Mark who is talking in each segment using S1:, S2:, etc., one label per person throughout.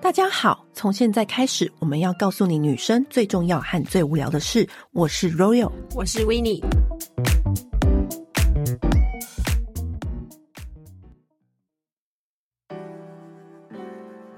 S1: 大家好，从现在开始，我们要告诉你女生最重要和最无聊的事。我是 Royal，
S2: 我是 w i n n i e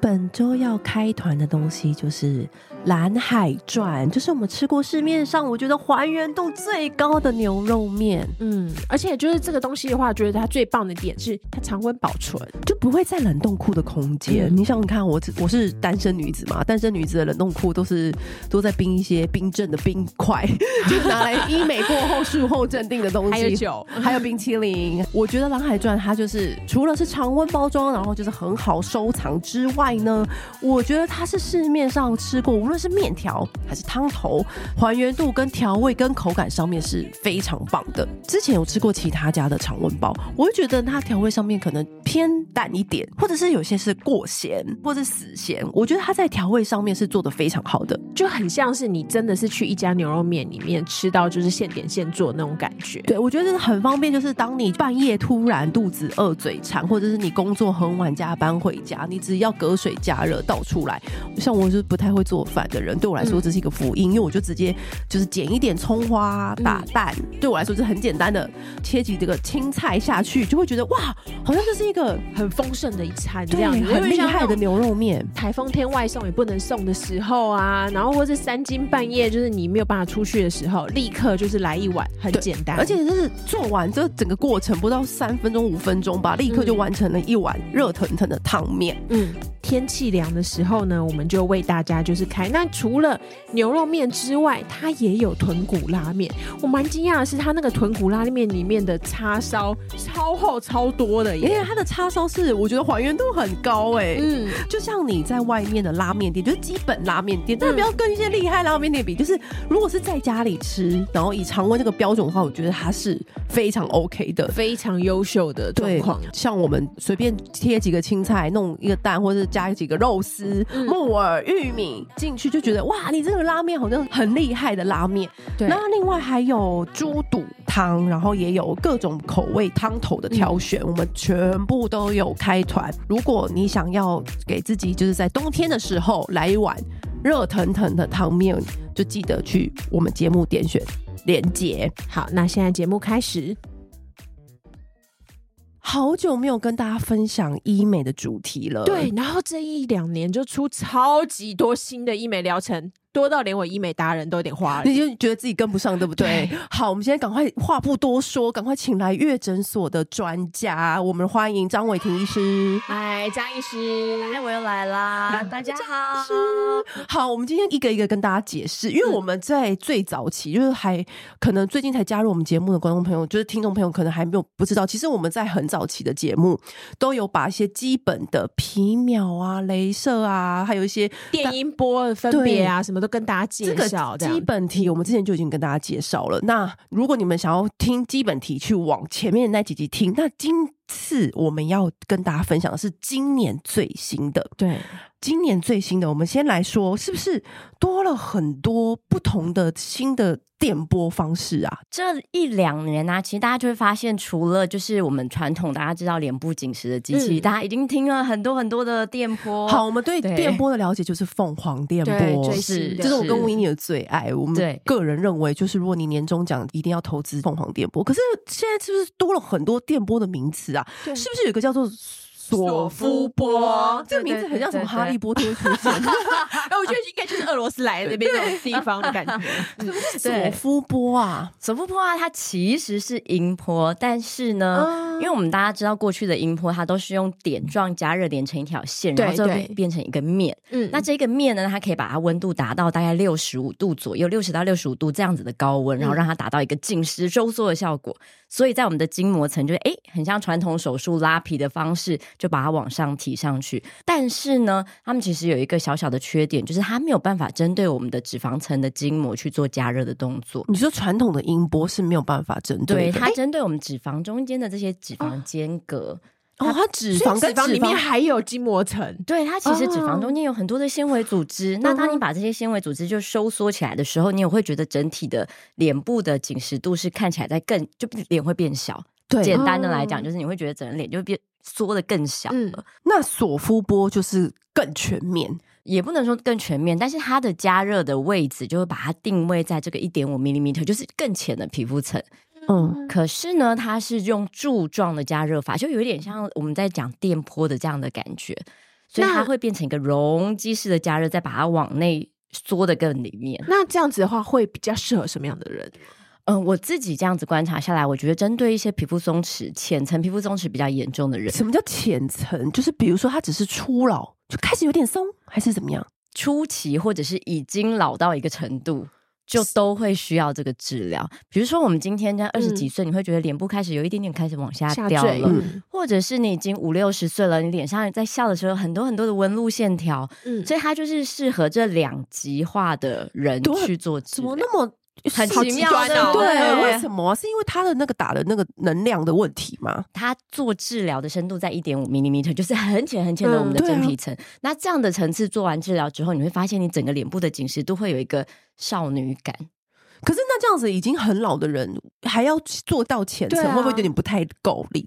S1: 本周要开团的东西就是《蓝海传》，就是我们吃过市面上我觉得还原度最高的牛肉面，
S2: 嗯，而且就是这个东西的话，觉得它最棒的点是它常温保存。
S1: 就不会在冷冻库的空间。
S2: 嗯
S1: 你想想看，我我是单身女子嘛，单身女子的冷冻库都是都在冰一些冰镇的冰块， 就拿来医美过后术后镇定的东西，
S2: 还有酒
S1: 还有冰淇淋。我觉得《蓝海传》它就是除了是常温包装，然后就是很好收藏之外呢，我觉得它是市面上吃过，无论是面条还是汤头，还原度跟调味跟口感上面是非常棒的。之前有吃过其他家的常温包，我会觉得它调味上面可能偏淡一点，或者是有些是过咸或者死咸，我觉得它在调味上面是做的非常好的。
S2: 就很像是你真的是去一家牛肉面里面吃到就是现点现做那种感觉。
S1: 对，我觉得真的很方便，就是当你半夜突然肚子饿、嘴馋，或者是你工作很晚加班回家，你只要隔水加热倒出来。像我就是不太会做饭的人，对我来说
S2: 嗯
S1: 这是一个福音，因为我就直接就是剪一点葱花、打
S2: 嗯
S1: 蛋，对我来说是很简单的，切几这个青菜下去，就会觉得哇，好像这是一个
S2: 很丰盛的一餐，这
S1: 对
S2: 样子
S1: 很厉害的。
S2: 因为像那种
S1: 牛肉面。
S2: 台风天外送也不能送的时候啊，然后或是三更半夜，就是你没有办法出去的时候，立刻就是来一碗，很
S1: 对
S2: 简单，
S1: 而且就是做完这整个过程不到三分钟五分钟吧，立刻就
S2: 嗯
S1: 完成了一碗热腾腾的汤面。
S2: 嗯，天气凉的时候呢，我们就为大家就是开。那除了牛肉面之外，它也有豚骨拉面。我蛮惊讶的是，它那个豚骨拉面里面的叉烧超厚超多的
S1: 因
S2: 耶。
S1: 为它的叉烧是我觉得还原度很高哎、
S2: 嗯，
S1: 就像你在外面的拉面店，就是基本拉面店，但不要
S2: 嗯
S1: 跟一些厉害拉面店比。就是如果是在家里吃，然后以常温这个标准的话，我觉得它是非常 OK 的。
S2: 非常优秀的状
S1: 对
S2: 况。，
S1: 像我们随便贴几个青菜，弄一个蛋，或者加几个肉丝、
S2: 嗯
S1: 木耳、玉米进去，就觉得哇，你这个拉面好像很厉害的拉面。
S2: 对
S1: 那另外还有猪肚汤，然后也有各种口味汤头的挑选，我们全
S2: 嗯
S1: 部都有开团。如果你想要给自己就是在冬天的时候来一碗热腾腾的汤面，就记得去我们节目点选连接。
S2: 好，那现在节目开始。
S1: 好久没有跟大家分享医美的主题了，
S2: 对，然后这一两年就出超级多新的医美疗程，多到连我医美达人都有点花了。
S1: 你就觉得自己跟不上，对不对？
S2: 对
S1: 好，我们现在赶快话不多说，赶快请来月诊所的专家，我们欢迎张伟婷医师。
S2: 哎，张医师，啊
S3: 哎，我又来啦！大家好，
S1: 好，我们今天一个一个跟大家解释，
S2: 嗯
S1: 因为我们在最早期，就是还可能最近才加入我们节目的观众朋友，就是听众朋友，可能还没有不知道，其实我们在很早期的节目都有把一些基本的皮秒啊、镭射啊，还有一些
S2: 电音波的分别啊，什么都跟大家介
S1: 这个
S2: 绍，这样
S1: 基本题，我们之前就已经跟大家介绍了。那如果你们想要听基本题，去往前面的那几集听。那今次我们要跟大家分享的是今年最新的，
S2: 对，
S1: 今年最新的，我们先来说，是不是多了很多不同的新的电波方式啊？
S3: 这一两年啊，其实大家就会发现，除了就是我们传统大家知道脸部紧实的机
S2: 嗯
S3: 器，大家已经听了很多很多的电波。
S1: 好，，我们对
S3: 对
S1: 电波的了解就是凤凰电
S2: 哦对
S1: 波
S2: 最。
S3: 是
S2: 新的
S1: 这是我
S3: 是
S1: 跟 w i n n i e 的最爱。我们
S3: 对
S1: 个人认为，就是如果你年终奖一定要投资凤凰电波，可是现在是不是多了很多电波的名词啊？
S2: 对
S1: 是不是有一个叫做索夫波？这个名字很像什么哈利波特会出 现，
S2: 哎，我觉得应该就是俄罗斯来的那边那种地方的感觉。 嗯
S1: 索
S3: 对
S1: 夫波啊，
S3: 手部波啊，它其实是音波，但是呢。
S2: 啊嗯
S3: 因为我们大家知道，过去的音波它都是用点状加热连成一条线，
S2: 对
S3: 然后最后
S2: 对
S3: 变变成一个面。
S2: 嗯
S3: 那这个面呢，它可以把它温度达到大概六十五度左右，六十到六十五度这样子的高温，然后让它达到一个紧实收缩的效果。所以在我们的筋膜层，就是诶，很像传统手术拉皮的方式，就把它往上提上去。但是呢，他们其实有一个小小的缺点，就是它没有办法针对我们的脂肪层的筋膜去做加热的动作。
S1: 你说传统的音波是没有办法针
S3: 对，
S1: 对的，
S3: 它针对我们脂肪中间的这些脂肪间隔。
S1: 哦，它脂
S2: 所以
S1: 肪跟
S2: 脂肪里面
S1: 肪
S2: 还有筋膜层，
S3: 对，它其实脂
S1: 哦
S3: 肪中间有很多的纤维组织，那当你把这些纤维组织就收缩起来的时候，你也会觉得整体的脸部的紧实度是看起来在更，就脸会变小。
S1: 对
S3: 简单的来
S2: 哦
S3: 讲，就是你会觉得整个脸就变缩的更小了。
S2: 嗯
S1: 那索夫波就是更全面，
S3: 也不能说更全面，但是它的加热的位置就会把它定位在这个一点五 mm，就是更浅的皮肤层。
S1: 嗯，
S3: 可是呢，它是用柱状的加热法，就有点像我们在讲电波的这样的感觉，所以
S2: 那
S3: 它会变成一个容积式的加热，再把它往内缩的更里面。
S2: 那这样子的话，会比较适合什么样的人？
S3: 嗯，我自己这样子观察下来，我觉得针对一些皮肤松弛、浅层皮肤松弛比较严重的人，
S1: 什么叫浅层？就是比如说他只是初老，就开始有点松，还是怎么样？
S3: 初期或者是已经老到一个程度，就都会需要这个治疗。比如说，我们今天在二十几岁，你会觉得脸部开始有一点点开始往下
S2: 嗯下
S3: 掉
S2: 坠，
S3: 了，
S2: 嗯
S3: 或者是你已经五六十岁了，你脸上在笑的时候有很多很多的纹路线条，
S2: 嗯，
S3: 所以它就是适合这两极化的人
S1: 对
S3: 去做治
S1: 怎
S3: 疗
S1: 么。那么
S3: 很
S1: 好
S3: 奇
S1: 极
S3: 妙
S1: 端
S3: 的
S1: 啊对，
S3: 对
S1: 为什么啊？是因为他的那个打的那个能量的问题吗？
S3: 它做治疗的深度在一点五 m m 就是很浅很浅的
S2: 嗯
S3: 我们的
S1: 对啊
S3: 真皮层。那这样的层次做完治疗之后，你会发现你整个脸部的紧实度会有一个少女感。
S1: 可是那这样子已经很老的人还要做到浅层，
S2: 对啊
S1: 会不会有点不太够力？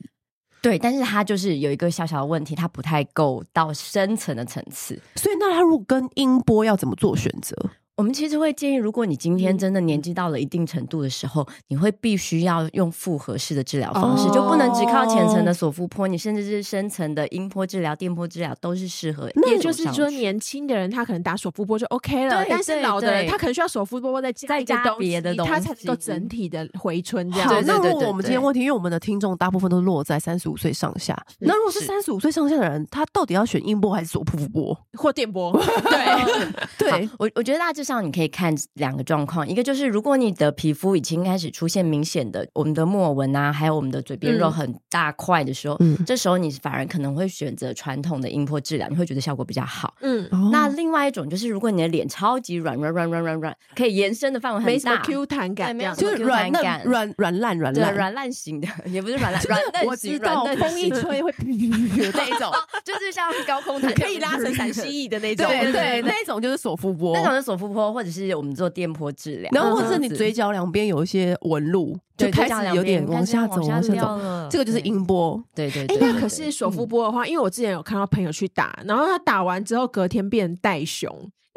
S3: 对，但是它就是有一个小小的问题，它不太够到深层的层次。
S1: 所以那他如果跟音波要怎么做选择？
S3: 我们其实会建议，如果你今
S2: 嗯
S3: 天真的年纪到了一定程度的时候，你会必须要用复合式的治疗方式，
S2: 哦
S3: 就不能只靠浅层的索夫波，你甚至是深层的音波治疗、电波治疗都是适合。
S1: 那
S2: 也
S3: 一种
S2: 就是
S3: 上
S2: 说，
S3: 去
S2: 年轻的人他可能打手腹波就 OK 了，
S3: 对
S2: 但是
S3: 对
S2: 老的人
S3: 对
S2: 他可能需要手腹波波再一
S3: 再
S2: 个
S3: 加
S2: 东西
S3: 别的东
S2: 他才能够
S3: 西
S2: 整体的回春这样。
S1: 好，
S3: 对对
S1: 那
S3: 对
S1: 如果
S3: 对
S1: 我们
S3: 对
S1: 今天问题，因为我们的听众大部分都落在三十五岁上下，那如果是
S3: 是
S1: 三十五岁上下的人，他到底要选音波还是左噗噗波？
S2: 或电波， 对，
S1: 对
S3: 好，我我觉得大致上你可以看两个状况，一个就是如果你的皮肤已经开始出现明显的我们的木偶纹啊，还有我们的嘴边肉
S2: 嗯
S3: 很大块的时候，
S1: 嗯
S3: 这时候你反而可能会选择传统的音波治疗，你会觉得效果比较好。
S2: 嗯，
S3: 那另外一种就是，如果你的脸超级软软软软软软，可以延伸的范围
S2: 没
S3: 很
S2: 什么
S3: 大，
S2: Q 弹感，
S3: 对没
S1: 就
S2: 这样
S3: 有什么
S1: 是
S3: Q
S1: 软
S3: 弹
S1: 嫩、
S3: 感
S1: 软软烂、软
S3: 对
S1: 烂。
S3: 软烂型的，也不是 软烂，软
S1: 我
S3: 嫩型，
S1: 知
S3: 软
S1: 道，
S3: 嫩
S1: 风一
S3: 型
S1: 吹会那一种，
S3: 就是像高 空弹，
S2: 可以拉成陕西。翼的 那种，
S1: 对对，那一种就是手腹波
S3: 那。种是手腹坡，或者是我们做电波治疗，
S1: 然后或者是
S3: 嗯
S1: 你嘴角两边有一些纹路，就
S3: 对
S1: 开
S3: 这样
S1: 始
S3: 两
S1: 有
S3: 边
S1: 点
S3: 开
S1: 往
S3: 始
S1: 下走，往下走。
S3: 掉了
S1: 这个就是
S3: 对
S1: 音波，
S3: 对对
S2: 哎
S3: 对，。
S2: 那
S3: 对
S2: 可
S3: 对
S2: 是手腹波的话，因为我之前有看到朋友去打，然后他打完之后隔天变带熊，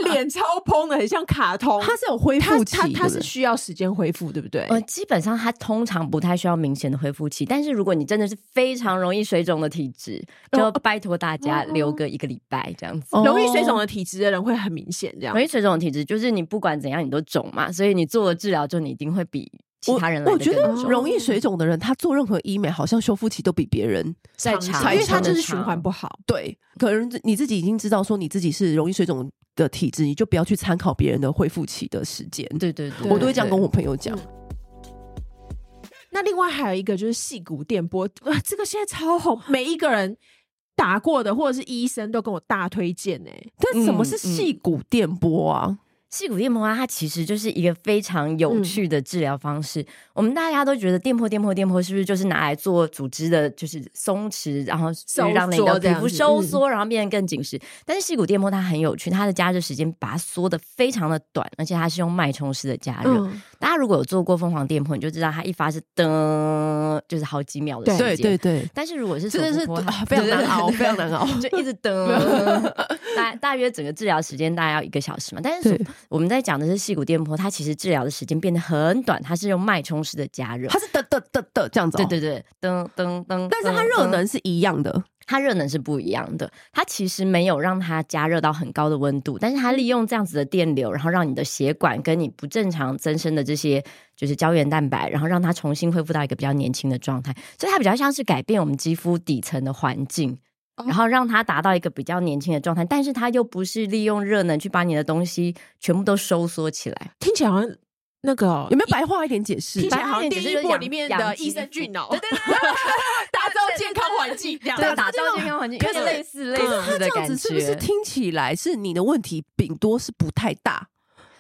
S2: 脸超嘭的，很像卡通。
S3: 哦
S1: 它是有恢
S2: 啊他
S1: 复期
S2: 他
S1: 的。
S2: 他是需要时间恢复，对不对？
S3: 呃，基本上它通常不太需要明显的恢复期，但是如果你真的是非常容易水肿的体质，就拜托大家留个一个礼拜这样子。
S1: 哦
S2: 容易水肿的体质的人会很明显，这样
S3: 容。易水肿的体质就是你不管怎样你都肿嘛，所以你做了治疗之后，你一定会比其他人来
S1: 我我
S3: 得
S1: 觉得
S3: 更嗯肿
S1: 容易水肿的人，他做任何医美好像修复期都比别人
S3: 再
S1: 长
S3: 长，
S2: 因为它
S1: 长
S2: 就是循环不好。
S1: 对，可能你自己已经知道说你自己是容易水肿的体质，你就不要去参考别人的恢复期的时间。
S3: 对对对，
S1: 我都会这样跟我朋友讲
S2: 嗯。那另外还有一个就是细骨电波，哇，这个现在超红，每一个人打过的或者是医生都跟我大推荐呢、欸
S1: 但什么
S3: 嗯
S1: 是
S3: 嗯
S1: 细骨电波啊？
S3: 细骨电波啊，它其实就是一个非常有趣的治疗方式。我们大家都觉得电波、电波、电波是不是就是拿来做组织的，就是松弛，然后
S2: 收缩
S3: 让你的皮肤
S2: 这样
S3: 收
S2: 子
S3: 缩，然后变得更紧实。但是细骨电波它很有趣，它的加热时间把它缩的非常的短，而且它是用脉冲式的加热。
S2: 嗯，
S3: 大家如果有做过凤凰电波，你就知道它一发是噔，就是好几秒的时间。
S1: 对，
S3: 但是如果是
S1: 真的是
S3: 手
S1: 啊
S3: 扶坡它
S1: 非常 难熬，
S3: 对对对
S1: 非常难熬。
S3: 就一直等， 大大约整个治疗时间大概要一个小时嘛。但是
S1: 对，
S3: 我们在讲的是细骨电波，它其实治疗的时间变得很短，它是用脉冲式的加热。
S1: 它是的的的的这样子、哦
S3: 对。嗯对对，噔噔噔，
S1: 但是它
S3: 噔
S1: 热，
S3: 噔
S1: 能是一样的，
S3: 它热能是不一样的。它其实没有让它加热到很高的温度，但是它利用这样子的电流，然后让你的血管跟你不正常增生的这些就是胶原蛋白，然后让它重新恢复到一个比较年轻的状态。所以它比较像是改变我们肌肤底层的环境。
S1: 哦
S3: 然后让它达到一个比较年轻的状态，但是它又不是利用热能去把你的东西全部都收缩起来。
S2: 听起来好像那个哦
S1: 有没有？白话一点解释
S2: 听起？来好像
S3: 白
S2: 第一
S3: 花莲只是
S2: 波
S3: 养
S2: 里面的益生菌哦，对对 对，打造健康环境
S1: 哦
S2: 这样
S3: 对，打造健康环境，有点类似类似
S1: 这
S3: 的
S1: 样
S3: 感
S1: 子
S3: 觉。
S1: 是不是听起来是你的问题，顶多是不太大？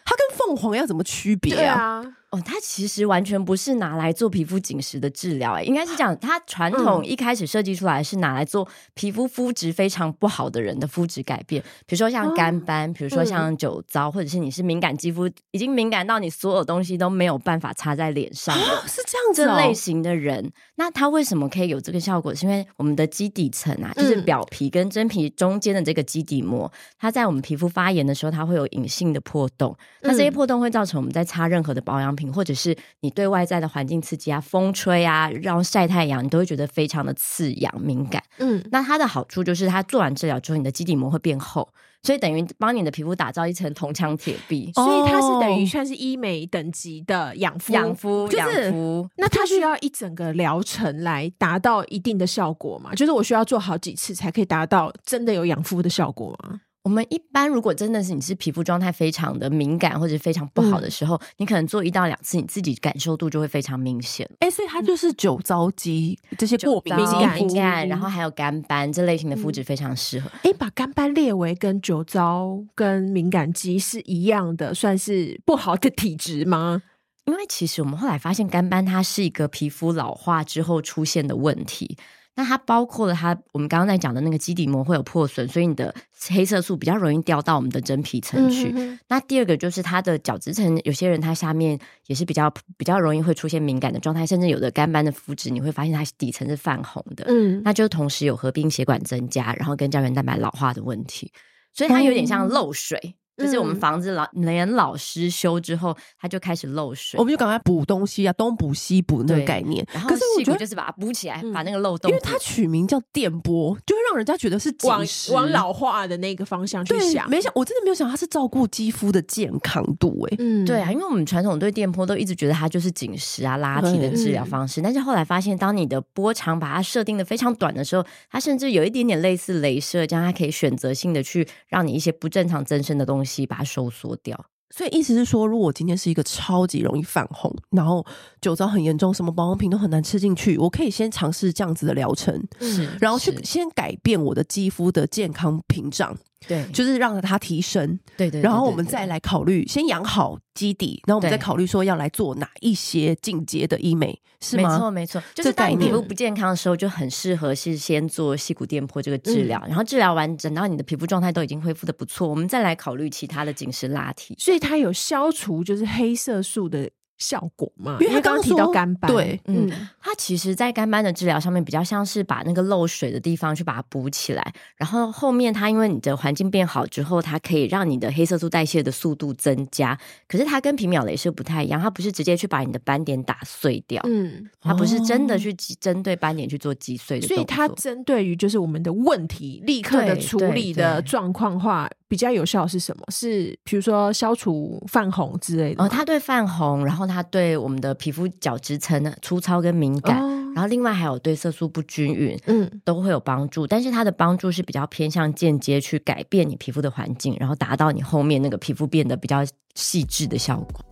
S1: 它跟凤凰要怎么区别
S2: 对
S1: 啊？
S2: 啊，
S3: 哦，它其实完全不是拿来做皮肤紧实的治疗、哎，应该是讲它传统一开始设计出来是拿来做皮肤肤质非常不好的人的肤质改变，比如说像干斑，比如说像酒糟，或者是你是敏感肌肤，已经敏感到你所有东西都没有办法擦在脸上了。
S1: 哦，是这样子
S3: 这
S1: 哦，
S3: 类型的人，那他为什么可以有这个效果？是因为我们的基底层啊，就是
S2: 嗯
S3: 表皮跟真皮中间的这个基底膜，它在我们皮肤发炎的时候，它会有隐性的破洞。那这些
S1: 嗯
S3: 破洞会造成我们在擦任何的保养品，或者是你对外在的环境刺激啊，风吹啊，然后晒太阳，你都会觉得非常的刺痒敏感。
S2: 嗯，
S3: 那它的好处就是，它做完治疗之后，你的基底膜会变厚，所以等于帮你的皮肤打造一层铜墙铁壁。
S2: 所以它是
S1: 哦
S2: 等于算是医美等级的养肤，
S3: 养肤，
S1: 就是
S3: 养肤，
S2: 那它需要一整个疗程来达到一定的效果嘛？就是我需要做好几次才可以达到真的有养肤的效果吗？
S3: 我们一般如果真的是你是皮肤状态非常的敏感或者非常不好
S1: 嗯
S3: 的时候，你可能做一到两次，你自己感受度就会非常明显。
S1: 哎、所以它
S3: 嗯
S1: 就是酒糟肌这些过敏
S3: 然后
S1: 肌肤嗯
S3: 敏感，然后还有干斑这类型的肤质非常适合。
S2: 诶，把干斑列为跟酒糟、跟敏感肌是一样的，算是不好的体质吗？
S3: 因为其实我们后来发现，干斑它是一个皮肤老化之后出现的问题。那它包括了它我们刚刚在讲的那个基底膜会有破损，所以你的黑色素比较容易掉到我们的真皮
S2: 嗯
S1: 嗯
S3: 层去。那第二个就是它的角质层，有些人他下面也是比较比较容易会出现敏感的状态，甚至有的干斑的肤质，你会发现它底层是泛红的，
S2: 嗯，
S3: 那就同时有合并血管增加，然后跟胶原蛋白老化的问题，所以它有点
S1: 嗯
S3: 像漏水，就是我们
S2: 嗯
S3: 房子老连老失修之后，它就开始漏水
S1: 我。们就赶快补东西啊，东补西补那个
S3: 对
S1: 概念。
S3: 然后
S1: 可是我
S3: 屁
S1: 觉
S3: 股
S1: 得，
S3: 就是把它补起来，
S2: 嗯
S3: 把那个漏洞
S1: 因
S3: 补，
S1: 为它取名叫电波，就会让人家觉得是紧
S2: 往
S1: 实
S2: 往老化的那个方向去
S1: 对，
S2: 想，
S1: 没想我真的没有想到它是照顾肌肤的健康度、哎、
S2: 嗯，
S3: 对啊，因为我们传统对电波都一直觉得它就是紧实啊、拉提的治疗方式，但是后来发现，当你的波长把它设定的非常短的时候，它甚至有一点点类似镭射，这样它可以选择性的去让你一些不正常增生的东西把它收缩掉。
S1: 所以意思是说，如果我今天是一个超级容易泛红，然后酒糟很严重，什么保养品都很难吃进去，我可以先尝试这样子的疗程，
S3: 是
S1: 嗯然后去
S3: 是
S1: 先改变我的肌肤的健康屏障，
S3: 对，
S1: 就是让它提升，
S3: 对对，
S1: 然后
S3: 对
S1: 我们
S3: 对
S1: 再来考虑，先养好基底，然后我们再
S3: 对
S1: 考虑说要来做哪一些进阶的医美，是
S3: 没
S1: 吗？
S3: 错，没错，就
S1: 这
S3: 是当
S1: 概
S3: 你皮
S1: 念
S3: 肤不健康的时候，就很适合是先做细骨电波这个治
S1: 嗯
S3: 疗，然后治疗完，等到你的皮肤状态都已经恢复的不错，我们再来考虑其他的紧实拉提。
S2: 所以它有消除就是黑色素的效果嘛？
S1: 因为他
S2: 刚刚
S1: 刚
S2: 提到
S1: 说
S2: 干斑，
S1: 对
S2: 嗯
S3: 嗯，它其实，在干斑的治疗上面，比较像是把那个漏水的地方去把它补起来，然后后面它因为你的环境变好之后，它可以让你的黑色素代谢的速度增加。可是它跟皮秒镭射不太一样，它不是直接去把你的斑点打碎掉，
S2: 嗯，
S3: 它不是真的
S1: 哦
S3: 去击针对斑点去做击碎的
S2: 所以
S3: 嗯动
S2: 它
S3: 作
S2: 针对于就是我们的问题立刻的
S3: 对
S2: 处
S3: 对
S2: 理的
S3: 对
S2: 状况化比较有效的是什么？是比如说消除泛红之类的吗。
S3: 哦，它对泛红，然后它对我们的皮肤角质层的粗糙跟敏感，
S2: 哦
S3: 然后另外还有对色素不均匀。
S2: 嗯，
S3: 都会有帮助，但是它的帮助是比较偏向间接去改变你皮肤的环境，然后达到你后面那个皮肤变得比较细致的效果。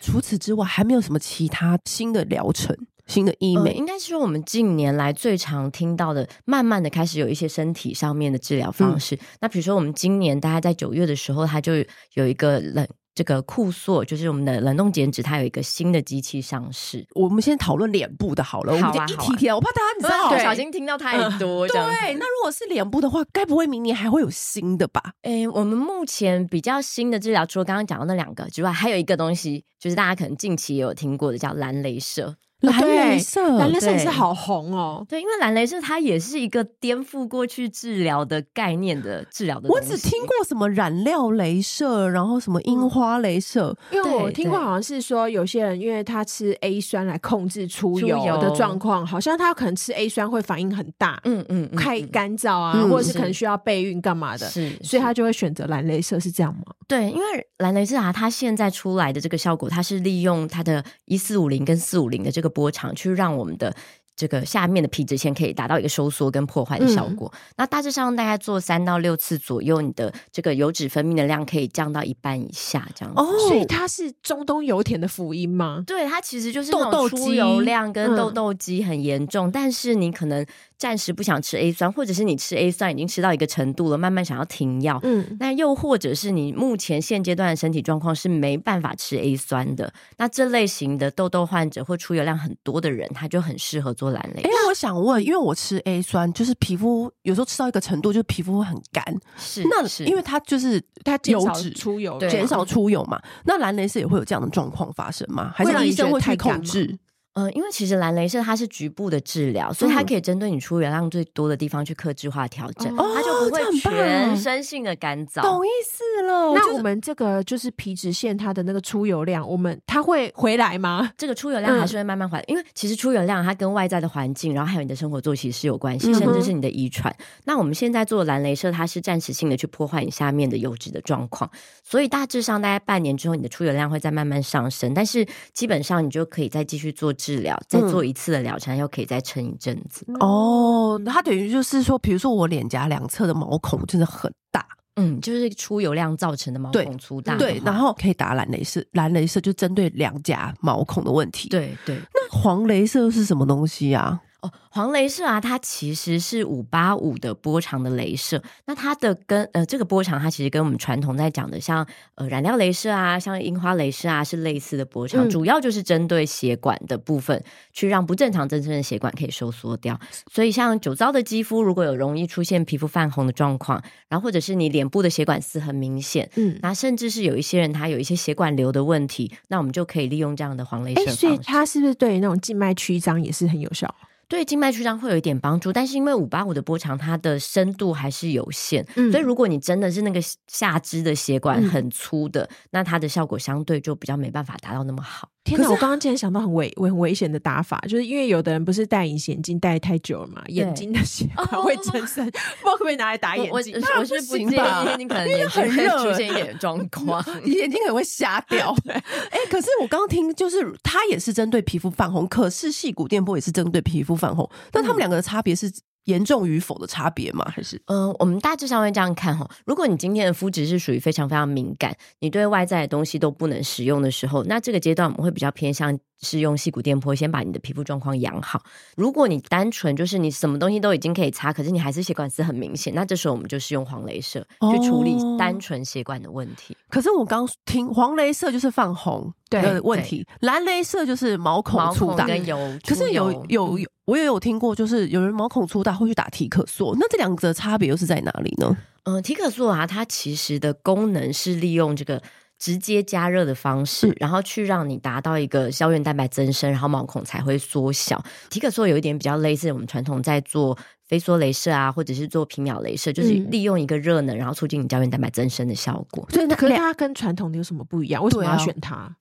S1: 除此之外，还没有什么其他新的疗程、新的医
S3: 呃
S1: 美。
S3: 应该是说我们近年来最常听到的，慢慢的开始有一些身体上面的治疗方式。那比如说我们今年大概在九月的时候，它就有一个冷这个酷塑，就是我们的冷冻减脂，它有一个新的机器上市。
S1: 我们先讨论脸部的好了，
S3: 好啊
S1: 我们就一
S3: 好啊
S1: 体贴，我怕大家你知
S2: 嗯
S1: 道，
S3: 不
S1: 对
S3: 小心听到太多这样子。
S1: 对，那如果是脸部的话，该不会明年还会有新的吧？
S3: 诶，我们目前比较新的治疗，除了刚刚讲到那两个之外，还有一个东西，就是大家可能近期也有听过的，叫蓝镭射。
S1: 蓝
S2: 嗯对
S1: 镭射，
S2: 蓝色也是
S3: 对
S2: 好红哦。
S3: 对，因为蓝镭射它也是一个颠覆过去治疗的概念的治疗的东
S1: 我
S3: 西。
S1: 只听过什么染料镭射，然后什么樱花镭射，
S2: 因为我
S3: 对
S2: 听过，
S3: 对
S2: 好像是说有些人因为他吃 A 酸来控制出
S3: 出
S2: 油的
S3: 油
S2: 状况，好像他可能吃 A 酸会反应很大，
S3: 嗯，嗯嗯，
S2: 快
S3: 嗯
S2: 干燥啊，
S1: 嗯
S2: 或者是可能
S3: 是
S2: 需要备孕干嘛的，
S3: 是，
S2: 所以
S3: 是
S2: 他就会选择蓝镭射，是这样吗？
S3: 对，因为蓝雷射啊，它现在出来的这个效果，它是利用它的一四五零跟四五零的这个波长去让我们的。这个下面的皮脂腺可以达到一个收缩跟破坏的效
S2: 嗯
S3: 果。那大致上大概做三到六次左右，你的这个油脂分泌的量可以降到一半以下，这样子。
S1: 哦，
S2: 所以它是中东油田的福音吗？
S3: 对，它其实就是那
S2: 痘痘
S3: 种出
S2: 肌
S3: 油量
S2: 嗯
S3: 跟痘痘肌很严重，但是你可能暂时不想吃 A 酸，或者是你吃 A 酸已经吃到一个程度了，慢慢想要停药。
S2: 嗯，
S3: 那又或者是你目前现阶段的身体状况是没办法吃 A 酸的，那这类型的痘痘患者或出油量很多的人，他就很适合做蓝
S1: 哎
S3: 莓。，
S1: 我想问，因为我吃 A 酸，就是皮肤有时候吃到一个程度，就是皮肤会很干。
S3: 是，
S1: 那
S3: 是
S1: 因为它就是
S2: 它减
S1: 油
S2: 少
S1: 脂
S2: 出油
S3: 对
S2: 了，
S1: 减少出油嘛，那蓝雷是也会有这样的状况发生吗？还
S2: 会让
S1: 是
S2: 你
S1: 医
S2: 觉
S1: 生
S2: 得
S1: 会
S2: 太
S1: 去
S2: 干
S1: 控制？
S3: 嗯，因为其实蓝雷射它是局部的治疗，所以它可以针对你出油量最多的地方去克制化调整，
S2: 哦
S3: 它就
S1: 这
S3: 不会
S1: 很棒
S3: 全身性的干燥。
S1: 意思了
S2: 那
S1: 那
S2: 我们这个就是皮脂腺它的那个出油量，我们它会回来吗？
S3: 这个出油量
S1: 嗯
S3: 还是会慢慢缓，因为其实出油量它跟外在的环境，然后还有你的生活作息是有关系，
S2: 嗯哼
S3: 甚至是你的遗传。那我们现在做的蓝镭射，它是暂时性的去破坏你下面的油脂的状况，所以大致上大概半年之后，你的出油量会再慢慢上升，但是基本上你就可以再继续做治疗，再做一次的疗程，又可以再撑一阵子。
S1: 嗯哦，它等于就是说，比如说我脸颊两侧的毛孔真的很大，
S3: 嗯，就是出油量造成的毛
S1: 对
S3: 孔粗大的话，
S1: 对，然后可以打蓝雷射，蓝雷射就针对两颊毛孔的问题。，
S3: 对对
S1: 那黄雷射是什么东西啊？
S3: 哦，黄镭射啊，它其实是五八五的波长的镭射。那它的跟呃这个波长，它其实跟我们传统在讲的像呃染料镭射啊，像樱花镭射啊是类似的波长，
S2: 嗯
S3: 主要就是针对血管的部分，去让不正常增生的血管可以收缩掉。所以像酒糟的肌肤，如果有容易出现皮肤泛红的状况，然后或者是你脸部的血管丝很明显。
S2: 嗯，
S3: 那甚至是有一些人他有一些血管瘤的问题，那我们就可以利用这样的黄镭
S2: 哎、
S3: 射方式。
S2: 所以它是不是对那种静脉曲张也是很有效？
S3: 对静脉曲张会有一点帮助，但是因为五八五的波长，它的深度还是有限，
S2: 嗯
S3: 所以如果你真的是那个下肢的血管
S2: 嗯
S3: 很粗的，那它的效果相对就比较没办法达到那么好。
S2: 天
S1: 可
S2: 哪！
S1: 是
S2: 我刚刚竟然想到很危、很危险的打法，就是因为有的人不是戴隐形眼镜戴太久了嘛，眼睛的血管会增生， 不知道可不可以拿来打
S3: 我
S2: 眼
S3: 我
S2: 睛？
S3: 我是
S1: 啊
S3: 不
S1: 不
S3: 建
S1: 行吧
S3: 议你可能眼睛
S1: 很
S3: 会
S1: 热欸
S3: 出现一点状况。
S1: 眼睛可能会瞎 掉。哎、可是我刚刚听，就是它也是针对皮肤泛红，可是细骨电波也是针对皮肤泛红，但他们两个的差别是严重与否的差别吗？还是
S3: 嗯，我们大致上会这样看哈。如果你今天的肤质是属于非常非常敏感，你对外在的东西都不能使用的时候，那这个阶段我们会比较偏向是用细骨电波先把你的皮肤状况养好。如果你单纯就是你什么东西都已经可以擦，可是你还是血管丝很明显，那这时候我们就是用黄镭射
S1: 哦
S3: 去处理单纯血管的问题。
S1: 可是我刚听黄镭射就是泛红的
S2: 对
S1: 问题，蓝镭射就是毛孔
S3: 毛
S1: 粗
S3: 孔
S1: 大。
S3: 跟油，
S1: 可
S3: 出
S1: 是有
S3: 油
S1: 有有，我也有听过，就是有人毛孔粗大会去打体可塑，那这两个的差别又是在哪里呢？
S3: 嗯，提可素啊，它其实的功能是利用这个直接加热的方式，然后去让你达到一个胶原蛋白增生，然后毛孔才会缩小。提可素有一点比较类似我们传统在做飞梭镭射啊，或者是做皮秒镭射，就是
S2: 嗯
S3: 利用一个热能，然后促进你胶原蛋白增生的效果。
S2: 所以那可是它跟传统的有什么不一样？为什么
S1: 对啊
S2: 要选它？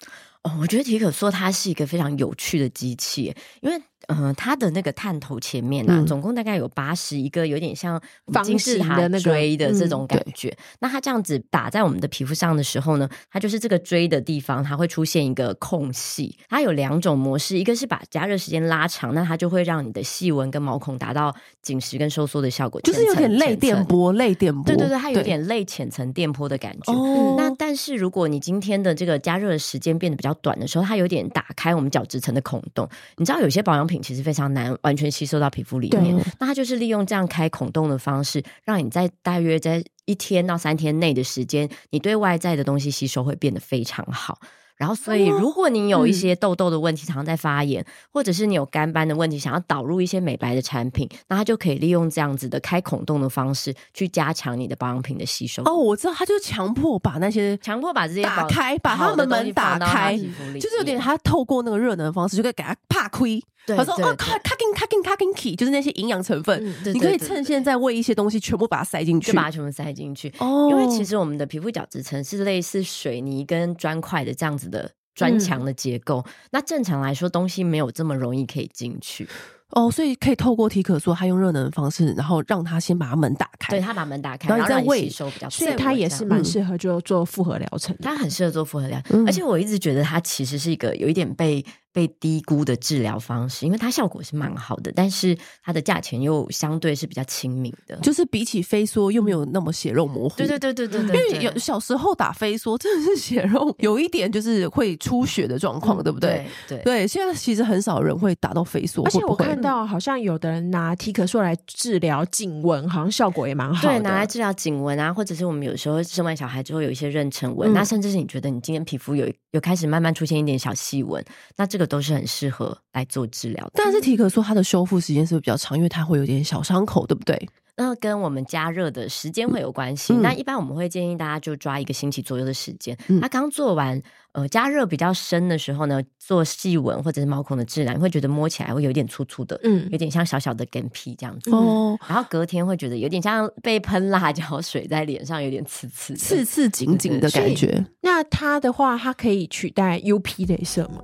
S3: 哦，我觉得提可塑它是一个非常有趣的机器，因为呃，它的那个探头前面啊，
S1: 嗯
S3: 总共大概有八十一个，有点像
S2: 方
S3: 金字
S2: 形
S3: 塔
S2: 的那个
S3: 锥的这
S2: 嗯
S3: 种感觉。那它这样子打在我们的皮肤上的时候呢，它就是这个锥的地方，它会出现一个空隙。它有两种模式，一个是把加热时间拉长，那它就会让你的细纹跟毛孔达到紧实跟收缩的效果，
S1: 就是有
S3: 浅层
S1: 点类电。波，类电波，
S3: 浅层对对对，它有点类浅层电波的感觉。
S1: 哦。
S3: 那但是如果你今天的这个加热的时间变得比较短的时候，它有点打开我们角质层的孔洞。你知道有些保养品其实非常难完全吸收到皮肤里面
S2: 嗯
S1: 对，
S3: 那它就是利用这样开孔洞的方式，让你在大约在一天到三天内的时间，你对外在的东西吸收会变得非常好。然后，所以
S1: 哦
S3: 如果你有一些痘痘的问题，常常在发炎，或者是你有干斑的问题，想要导入一些美白的产品，那它就可以利用这样子的开孔洞的方式，去加强你的保养品的吸收。
S1: 哦，我知道，他就是强迫把那些
S3: 强迫把这些
S1: 打
S3: 保
S1: 开，把他
S3: 好的
S1: 们
S3: 东西
S1: 门
S3: 放
S1: 打
S3: 到他
S1: 开，
S3: 皮肤里
S1: 就是有点
S3: 面
S1: 他透过那个热能的方式，就可以给他怕亏。
S3: 对
S1: 他说：“
S3: 对
S1: 哦，
S3: 对
S1: 卡卡金卡金卡金 key，就是那些营养成分，
S3: 嗯对
S1: 你可
S3: 对
S1: 以
S3: 对
S1: 趁
S3: 对
S1: 现在喂一些东西，全部把它塞进去
S3: 就。把它全部塞进去。
S1: 哦
S3: 因为其实我们的皮肤角质层是类似水泥跟砖块的这样子的
S1: 嗯
S3: 砖墙的结构，那正常来说东西没有这么容易可以进去。
S1: 哦，所以可以透过提可说，他用热能的方式，然后让他先把它门打开。
S3: 对，它把门打开，
S1: 哎然
S3: 然
S1: 后你
S3: 后
S1: 再
S3: 让你
S1: 喂
S3: 吸收比较快，
S2: 所以它也是
S3: 这样
S2: 蛮适合就做复合疗程的。
S3: 它很适合做复合疗，
S1: 嗯
S3: 而且我一直觉得它其实是一个有一点被被低估的治疗方式，因为它效果是蛮好的，但是它的价钱又相对是比较亲民的。
S1: 就是比起飞梭又没有那么血肉模糊。
S3: 对对对对对
S1: 因
S3: 对，
S1: 为有小时候打飞梭真的是血 肉，有一点就是会出血的状
S2: 嗯
S1: 况，对不对？？
S3: 对对
S1: 对，现在其实很少人会打到飞梭，
S2: 而且
S1: 会不
S2: 我嗯
S1: 会
S2: 看到好像有的人拿提可硕来治疗颈纹，好像效果也蛮好的。
S3: 对，拿来治疗颈纹啊，或者是我们有时候生完小孩之后有一些妊娠纹，
S1: 嗯
S3: 那甚至是你觉得你今天皮肤有有开始慢慢出现一点小细纹，那这个都是很适合来做治疗的。
S1: 但是提可说它的修复时间是不是比较长，因为它会有点小伤口，对不对？
S3: 那跟我们加热的时间会有关系。
S1: 嗯
S3: 那一般我们会建议大家就抓一个星期左右的时间。
S1: 嗯
S3: 他刚做完呃加热比较深的时候呢，做细纹或者是毛孔的治疗，你会觉得摸起来会有点粗粗的，
S2: 嗯
S3: 有点像小小的梗皮这样子。
S1: 哦，
S3: 然后隔天会觉得有点像被喷辣椒水在脸上，有点刺刺的
S1: 刺刺紧紧的感觉。
S2: 那它的话，它可以取代 UP 镭射吗？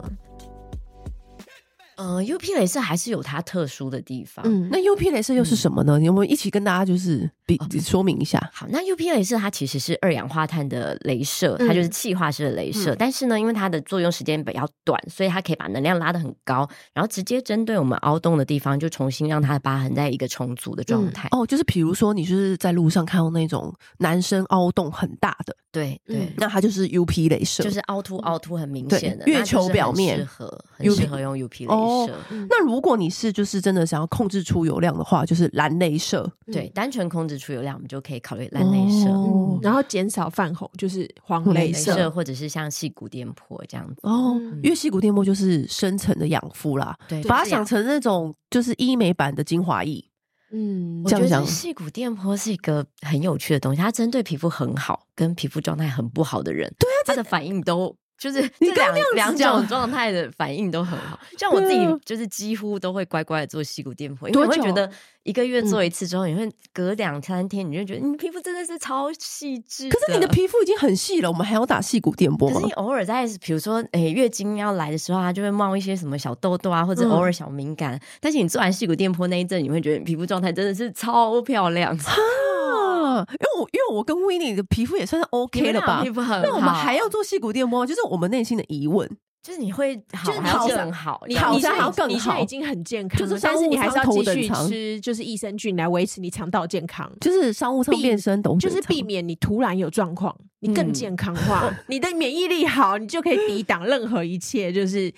S3: 呃，UP 镭射还是有它特殊的地方。
S2: 嗯，哦
S1: 那 UP 镭射又是什么呢？你有没有一起跟大家就是比说明一下？
S3: 好，那 UP 镭射它其实是二氧化碳的镭射，
S2: 嗯
S3: 它就是气化式的镭射。
S1: 嗯
S3: 但是呢，因为它的作用时间比较短，所以它可以把能量拉得很高，然后直接针对我们凹洞的地方，就重新让它的疤痕在一个重组的状态。
S1: 哦，就是比如说你就是在路上看到那种男生凹洞很大的，
S3: 对对。
S2: 嗯
S1: 那它就是 UP 镭射。
S3: 就是凹凸凹凸很明
S1: 对
S3: 显的
S1: 月
S3: 那就是
S1: 球表
S3: 很
S1: 面
S3: 适合很适
S1: UP
S3: 合用 UP
S1: 哦
S3: 镭射，
S1: 那如果你是就是真的想要控制出油量的话，就是蓝镭射。
S3: 对，单纯控制出油量，我们就可以考虑蓝镭射、
S1: 嗯哦
S2: 嗯然后减少泛红，就是黄
S1: 黄
S2: 镭
S3: 镭
S1: 射
S3: 射或者是像细骨电波这样子。
S1: 哦
S2: 嗯，
S1: 因为细骨电波就是深层的养肤啦，
S3: 对，
S1: 把它
S3: 就是这
S1: 想
S3: 样
S1: 成那种就是医美版的精华液。
S2: 嗯
S3: 我
S1: 这
S3: 觉
S1: 样讲
S3: 得细骨电波是一个很有趣的东西，它针对皮肤很好，跟皮肤状态很不好的人，对啊，他的反应都就是
S1: 你
S3: 这
S1: 刚刚
S3: 两
S1: 那样子
S3: 两
S1: 讲
S3: 种状态的反应都很好。像我自己
S1: 对啊
S3: 就是几乎都会乖乖的做细骨电波，因为我
S1: 多
S3: 会
S1: 久啊嗯
S3: 觉得一个月做一次之后，你会隔两三天，你就觉得你皮肤真的是超细致。
S1: 可是你的。皮肤已经很细了，我们还要打细骨电波
S3: 可
S1: 吗
S3: 是你？偶尔在，比如说，诶、月经要来的时候啊，就会冒一些什么小痘痘啊，或者
S2: 嗯
S3: 偶尔小敏感。但是你做完细骨电波那一阵，你会觉得你皮肤状态真的是超漂亮。
S2: 哦
S1: 啊，因为我因为我跟 w i n n i e 的皮肤也算是 OK 了 吧？那
S3: 那
S1: 我们还要做细骨电波吗，就是我们内心的疑问。
S3: 就是你会好
S1: 就是
S3: 还要
S1: 烤
S3: 更好，
S2: 你
S1: 烤
S2: 你
S3: 你
S1: 箱
S2: 现在
S1: 好更
S2: 你现在
S1: 好
S2: 已经很健康
S1: 就
S2: 了，
S1: 是
S2: 但是你还是要
S1: 商务
S2: 继
S1: 舱头等
S2: 续
S1: 舱
S2: 吃，就是益生菌来维持你肠道健康，
S1: 就是商务舱
S2: 避
S1: 变身懂，
S2: 就是避免你突然有状况，你更
S3: 嗯
S2: 健康 化，你的免疫力好，你就可以抵挡任何一切，就是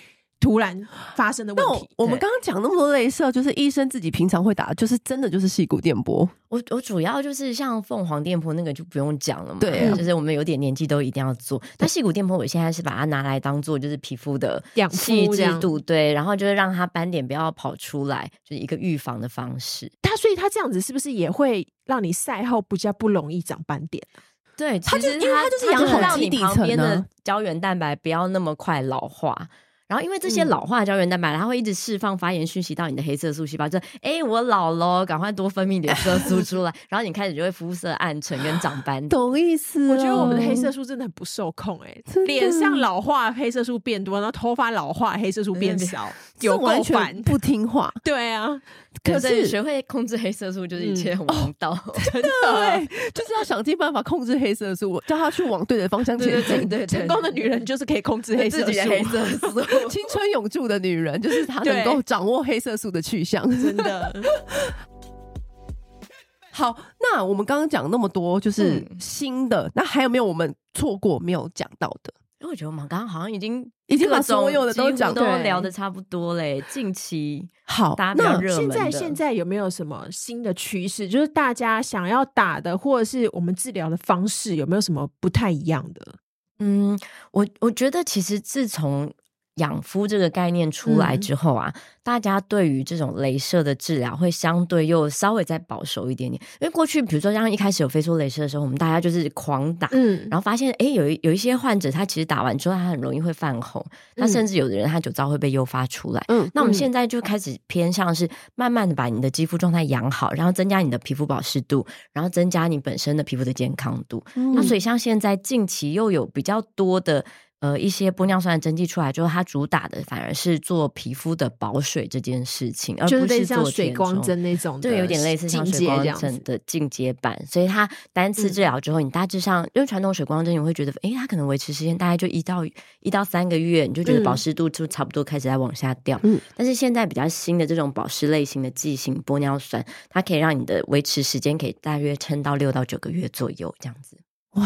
S2: 突然发生的
S1: 那
S2: 问
S1: 我
S2: 题。
S1: 我们刚刚讲那么多镭射，就是医生自己平常会打，就是真的就是细骨电波。
S3: 我我主要就是像凤凰电波那个就不用讲了嘛，
S1: 对啊
S3: 就是我们有点年纪都一定要做。但细骨电波我现在是把它拿来当做就是皮肤的
S2: 养肤
S3: 细
S2: 这
S3: 致
S2: 样
S3: 度，对，然后就是让它斑点不要跑出来，就是一个预防的方式。
S2: 它，所以它这样子是不是也会让你赛后比较不容易长斑点？
S3: 对，
S1: 它
S3: 其
S1: 就
S3: 实
S1: 因为它就是养好
S3: 让
S1: 基
S3: 你
S1: 底
S3: 旁
S1: 层
S3: 边的
S1: 啊
S3: 胶原蛋白不要那么快老化。然后，因为这些
S2: 嗯
S3: 老化的胶原蛋白，它会一直释放发炎讯息到你的黑色素细胞，就哎，我老喽，赶快多分泌点色素出来。 然后你开始就会肤色暗沉跟长斑点。
S1: 懂意思、哦
S2: 我觉
S3: 啊
S2: 得我们的黑色素真的很不受控、欸，
S1: 真的
S2: 脸上老化黑色素变多，然后头发老化黑色素变少，有
S1: 有
S2: 够
S1: 完
S2: 烦
S1: 全。不听话，
S2: 对啊，
S1: 可
S3: 对所以
S1: 是哦
S3: 学会控制黑色素就是一
S2: 嗯
S3: 切王道。
S1: 对，就是要想尽办法控制黑色素，叫他去往对的方向前进。
S3: 对
S2: 成功的女人就是可以控制黑
S3: 对
S2: 色
S3: 自
S2: 素啊
S3: 己的，黑色素。
S1: 青春永驻的女人，就是她能够
S2: 对
S1: 掌握黑色素的去向。
S2: 真 的。
S1: 好，那我们刚刚讲那么多，就是
S3: 嗯
S1: 新的，那还有没有我们错过没有讲到的？
S3: 因为我觉得我们刚刚好像已经
S1: 已经把
S3: 各种
S1: 所有的都
S3: 几乎
S1: 讲
S3: 都
S2: 对
S3: 聊的差不多嘞。近期
S1: 好，
S3: 大家比较
S1: 那
S3: 热
S2: 现
S3: 门的，
S2: 在现在有没有什么新的趋势？就是大家想要打的，或者是我们治疗的方式，有没有什么不太一样的？
S3: 嗯，我我觉得其实自从养肤这个概念出来
S2: 嗯
S3: 之后啊，大家对于这种镭射的治疗会相对又稍微再保守一点点，因为过去比如说像一开始有飞梭镭射的时候，我们大家就是狂打。
S2: 嗯，
S3: 然后发现，哎，有一有一些患者，他其实打完之后，他很容易会泛红，那甚至有的人他酒糟会被诱发出来。
S1: 嗯，
S3: 那我
S2: 嗯
S3: 们现在就开始偏向是慢慢的把你的肌肤状态养好，然后增加你的皮肤保湿度，然后嗯
S2: 嗯
S3: 增加你本身的皮肤的健康度。那所以像现在近期又有比较多的呃一些玻尿酸的针剂出来之后，它主打的反而是做皮肤的保水这件事情，而
S2: 就是
S3: 不
S2: 类
S3: 是
S2: 似像
S3: 做
S2: 水
S3: 填
S2: 光
S3: 充
S2: 针那种的，
S3: 对，有点类似像水光
S2: 这样
S3: 针
S2: 子。嗯
S3: 的进阶版，所以它单次治疗之后，你大致上因为传统水光针，你会觉得，诶，它可能维持时间大概就一到一到三个月，你就觉得
S2: 嗯
S3: 保湿度就差不多开始在往下掉。
S1: 嗯
S3: 但是现在比较新的这种保湿类型的剂型玻尿酸，它可以让你的维持时间可以大约撑到六到九个月左右这样子。
S1: 哇，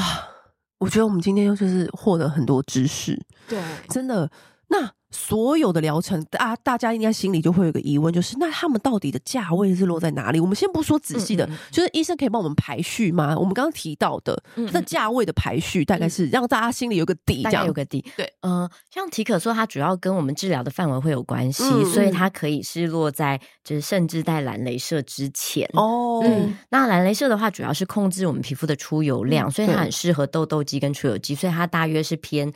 S1: 我觉得我们今天又就是获得很多知识，
S2: 对，
S1: 真的。那所有的疗程，大大家应该心里就会有个疑问，就是那他们到底的价位是落在哪里？我们先不说仔细的，
S3: 嗯嗯嗯
S1: 就是医生可以帮我们排序吗？我们刚刚提到的，
S3: 嗯
S1: 那价位的排序大概是让大家心里有个底，这
S3: 大概
S1: 样
S3: 有个底。
S1: 对，
S3: 呃，像体可说，它主要跟我们治疗的范围会有关系，
S1: 嗯
S3: 所以
S2: 嗯
S3: 它可以是落在就是甚至在蓝镭射之前。
S1: 哦，
S3: 嗯，那蓝镭射的话，主要是控制我们皮肤的出油量，所以它
S1: 嗯对
S3: 很适合痘痘肌跟出油肌，所以它大约是偏。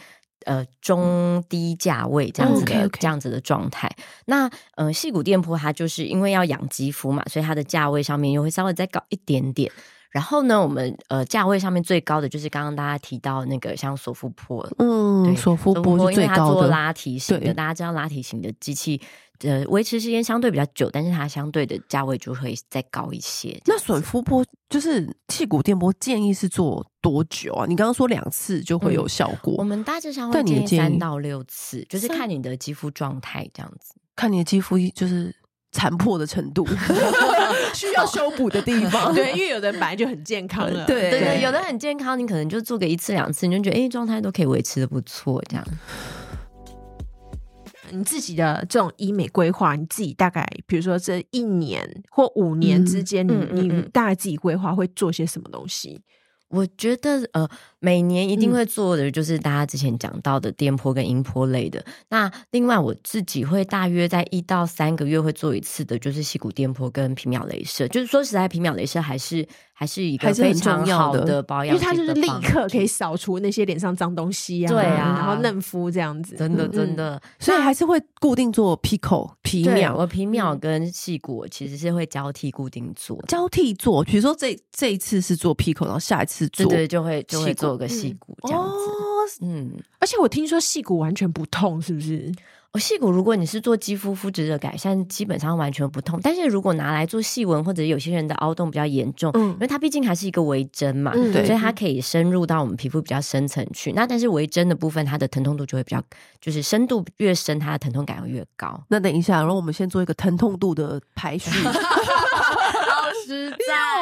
S3: 呃，中低价位这样子的、
S1: OK，OK
S3: 这样子的状态。那呃，细骨电波它就是因为要养肌肤嘛，所以它的价位上面又会稍微再高一点点。然后呢，我们呃价位上面最高的就是刚刚大家提到那个像索肤波，
S1: 嗯，
S3: 对
S1: 索夫
S3: 都
S1: 波是
S3: 因为
S1: 最
S3: 它
S1: 高
S3: 做
S1: 的，
S3: 拉提型
S1: 对
S3: 的，大家知道拉提型的机器，呃，维持时间相对比较久，但是它相对的价位就会再高一些。
S1: 那损夫波就是气骨电波，建议是做多久啊？你刚刚说两次就会有效果，
S3: 嗯我们大致上会
S1: 但你的
S3: 建议
S1: 建议
S3: 三到六次，就是
S1: 三
S3: 看你的肌肤状态这样子。
S1: 看你的肌肤就是残破的程 度，需要修补的地方。
S2: 对，因为有的人本来就很健康 了，
S1: 对
S3: 对对，有的很健康，你可能就做个一次两次，你就觉得哎，状态都可以维持的不错，这样。
S2: 你自己的这种医美规划，你自己大概比如说这一年或五年之间，
S3: 嗯
S2: 你
S3: 嗯嗯
S2: 你
S3: 嗯
S2: 大概自己规划会做些什么东西？
S3: 我觉得呃，每年一
S2: 嗯
S3: 定会做的就是大家之前讲到的电波跟音波类的。那另外我自己会大约在一到三个月会做一次的，就是细骨电波跟皮秒镭射。就是说实在，皮秒镭射还是还是一
S1: 还
S3: 个
S1: 是很
S3: 非常
S1: 重要
S3: 好
S1: 的
S3: 的保
S2: 因
S3: 养
S2: 为
S3: 的方
S2: 它
S3: 式，
S2: 就是立刻可以扫除那些脸上脏东西啊，
S3: 对啊
S2: 然后嫩肤这样子，
S3: 真的
S2: 嗯
S3: 真。
S2: 嗯
S3: 的。
S1: 所以还是会固定做 pico 皮
S3: 对
S1: 秒
S3: 我皮秒
S2: 嗯
S3: 跟细骨我其实是会交替固定做的，
S1: 交替做，比如说这这一次是做 pico，然后下一次
S3: 对
S1: 做
S3: 对，就会就
S1: 细
S3: 会
S1: 骨
S3: 做个细
S2: 嗯
S3: 骨这样子。
S1: 哦，
S3: 嗯，
S2: 而且我听说戏骨完全不痛，是不是？
S3: 哦，细骨如果你是做肌肤肤质的改善，基本上完全不痛。但是如果拿来做细纹或者有些人的凹洞比较严重，
S2: 嗯
S3: 因为它毕竟还是一个微针嘛，
S2: 嗯
S1: 对。
S3: 所以它可以深入到我们皮肤比较深层去。那但是微针的部分，它的疼痛度就会比较，就是深度越深，它的疼痛感会越高
S1: 那等一下，然后我们先做一个疼痛度的排序。
S3: 老师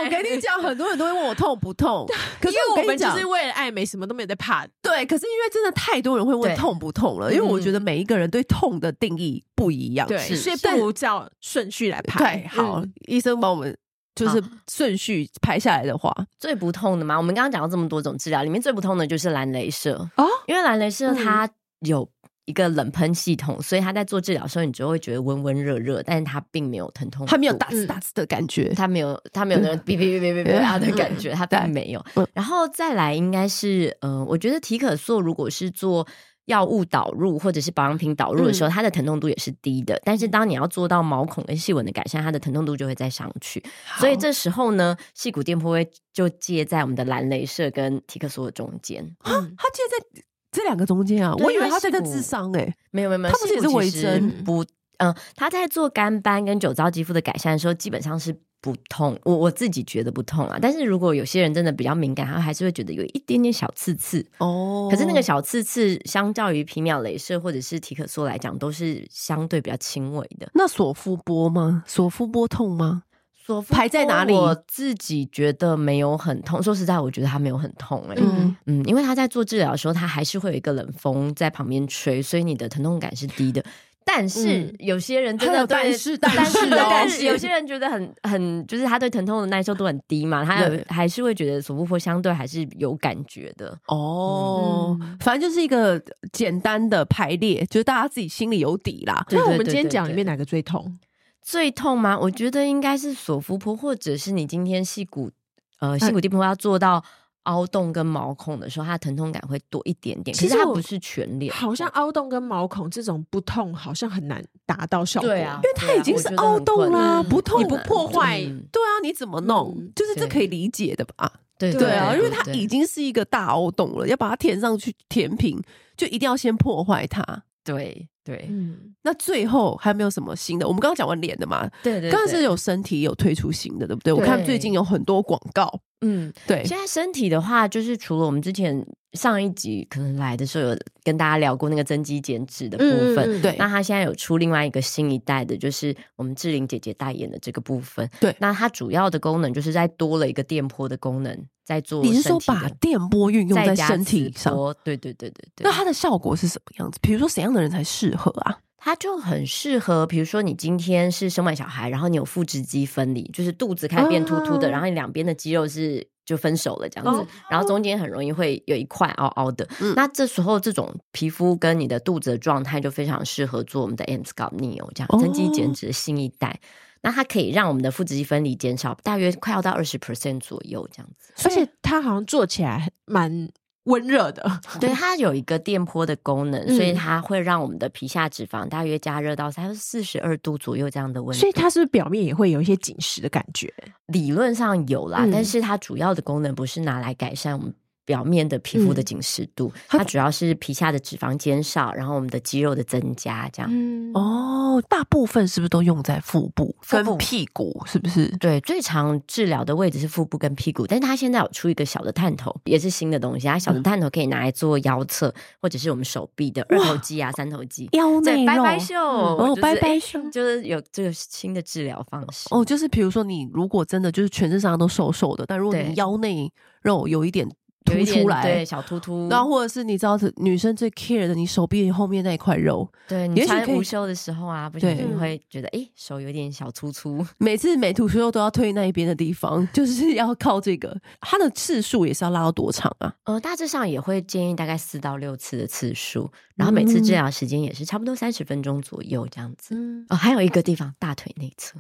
S1: 我跟你讲，很多人都会问我痛不痛，可是
S2: 因为
S1: 我
S2: 我
S1: 跟
S2: 们
S1: 你
S2: 就
S1: 讲
S2: 是，为了爱美，什么都没有在怕。
S1: 对，可是因为真的太多人会问
S3: 对
S1: 痛不痛了，因为我觉得每一个人对痛的定义不一样。
S2: 对，
S3: 是
S2: 所以不
S1: 但
S2: 如照顺序来排。
S1: 对，好
S2: 嗯，
S1: 医生帮我们就是顺序排下来的话，
S3: 最不痛的嘛，我们刚刚讲到这么多种治疗，里面最不痛的就是蓝镭射
S2: 哦
S3: 因为蓝镭射
S2: 嗯
S3: 它有一个冷喷系统，所以它在做治疗的时候，你就会觉得温温热热，但是它并没有疼痛，
S1: 他没有大刺大刺的感觉。
S3: 它没有，它没有那种哔哔哔哔哔啊的感觉，它并没有
S1: 嗯。
S3: 然后再来应该是，嗯、我觉得提可塑如果是做药物导入或者是保养品导入的时候，它的疼痛度也是低的。但是当你要做到毛孔跟细纹的改善，它的疼痛度就会再上去。所以这时候呢，细骨电波会就介在我们的蓝镭射跟提可塑的中间。
S1: 啊
S2: 嗯
S1: 他介在这两个中间啊，
S3: 对
S1: 我以为
S3: 因为
S1: 他在这
S3: 屁股
S1: 智商哎、
S3: 没有没有没有，
S1: 它不是也是
S3: 细骨
S1: 微
S3: 其实
S1: 针
S3: 不？嗯、它在做干斑跟酒糟肌肤的改善的时候，基本上是。不痛，我我自己觉得不痛啊。但是如果有些人真的比较敏感，他还是会觉得有一点点小刺刺。
S1: 哦
S3: 可是那个小刺刺，相较于皮秒镭射或者是提可塑来讲，都是相对比较轻微的。
S1: 那索夫波吗？索夫波痛吗？
S3: 索夫
S1: 排在
S3: 波
S1: 哪里
S3: 我自己觉得没有很痛。说实在，我觉得它没有很痛、欸。
S1: 嗯
S2: 嗯，
S3: 嗯，因为他在做治疗的时候，他还是会有一个冷风在旁边吹，所以你的疼痛感是低的。但是
S2: 嗯
S3: 有些人真
S1: 还
S3: 的
S1: 有但
S3: 对
S1: 是但
S3: 但
S1: 是
S3: 是
S1: 哦
S3: 但是有些人觉得很很，就是他对疼痛的耐受度很低嘛，他
S1: 对
S3: 还是会觉得索布波相对还是有感觉的。
S1: 哦，
S2: 嗯
S1: 反正就是一个简单的排列，就是大家自己心里有底啦。
S3: 对
S2: 那我
S3: 对
S2: 们
S3: 对
S2: 今天
S3: 对
S2: 讲里
S3: 对
S2: 面哪个最痛？
S3: 最痛吗？我觉得应该是索夫坡，或者是你今天细骨呃细骨地坡要做到凹洞跟毛孔的时候，它的疼痛感会多一点点。
S2: 其
S3: 可
S2: 实
S3: 是它
S2: 我
S3: 不是全脸，
S2: 好像凹洞跟毛孔这种不痛，好像很难达到效果。
S3: 对啊，
S1: 因为它已经是凹洞啦，
S2: 嗯
S1: 不痛
S2: 你不破坏
S3: 嗯
S1: 对啊，你怎么弄？
S2: 嗯
S1: 就是这
S3: 对
S1: 可以理解的吧？
S3: 对
S2: 对
S1: 对啊，因为它
S3: 对
S1: 已经是一个大凹洞了，要把它填上去填平，就一定要先破坏它。
S3: 对对
S2: 嗯，
S1: 那最后还有没有什么新的？我们刚刚讲完脸的嘛，
S3: 对对，
S1: 刚刚
S3: 对
S1: 是有身体有推出新的，对不对？我
S2: 对
S1: 看最近有很多广告，
S3: 嗯，
S1: 对，
S3: 现在身体的话，就是除了我们之前上一集可能来的时候有跟大家聊过那个增肌减脂的部分，
S2: 嗯嗯嗯
S1: 对
S3: 那他现在有出另外一个新一代的，就是我们志玲姐姐代言的这个部分。
S1: 对
S3: 那它主要的功能就是在多了一个电波的功能，在做
S1: 你是
S3: 身
S1: 说
S3: 体的
S1: 把电波运用
S3: 再
S1: 在
S3: 加
S1: 身体
S3: 磁
S1: 上？
S3: 波对对对对对。
S1: 那它的效果是什么样子？比如说怎样的人才适合啊？
S3: 它就很适合，比如说你今天是生完小孩，然后你有腹直肌分离，就是肚子开始变凸凸的，
S2: 哦
S3: 然后你两边的肌肉是就分手了这样子，
S2: 哦
S3: 然后中间很容易会有一块凹凹的。
S1: 嗯
S3: 那这时候这种皮肤跟你的肚子的状态就非常适合做我们的 M scalp neo 这样
S1: 哦
S3: 增肌减脂的新一代。那它可以让我们的腹直肌分离减少大约快要到二十 percent 左右这样子。
S2: 而且它好像做起来蛮温热的，
S3: 对，它有一个电波的功能，所以它会让我们的皮下脂肪大约加热到它四十二度左右这样的温度。
S2: 所以它是不是表面也会有一些紧实的感觉？
S3: 理论上有啦，
S2: 嗯
S3: 但是它主要的功能不是拿来改善我们表面的皮肤的紧实度，
S1: 嗯它
S3: 它主要是皮下的脂肪减少，然后我们的肌肉的增加，这样。
S2: 嗯，
S1: 哦，大部分是不是都用在腹部
S3: 腹部
S1: 跟屁股？是不是？
S3: 对，最常治疗的位置是腹部跟屁股，但是它现在有出一个小的探头，也是新的东西。它
S1: 嗯
S3: 小的探头可以拿来做腰侧，或者是我们手臂的二头肌啊、三头肌。
S1: 腰内
S3: 对，
S1: 肉
S3: 拜拜袖，
S1: 哦
S3: 就是哎
S1: 拜拜
S3: 诶
S1: 袖
S3: 就是有这个新的治疗方式。
S1: 哦，就是比如说你如果真的就是全身上都瘦瘦的，但如果你
S3: 对
S1: 腰内肉有一点
S3: 有
S1: 凸
S3: 一点
S1: 出来，哦
S3: 对小突突，
S1: 然后或者是你知道，女生最 care 的，你手臂后面那一块肉，
S3: 对
S1: 也
S3: 你
S1: 许
S3: 穿
S1: 可以
S3: 无袖的时候啊，不小
S1: 对
S3: 心会觉得诶手有点小粗粗。
S1: 每次美图秀秀都要推那一边的地方， 就是要靠这个。它的次数也是要拉到多长啊？
S3: 呃，大致上也会建议大概四到六次的次数，然后每次治疗时间也是差不多三十分钟左右这样子。
S2: 嗯，
S3: 哦，还有一个地方，大腿内侧，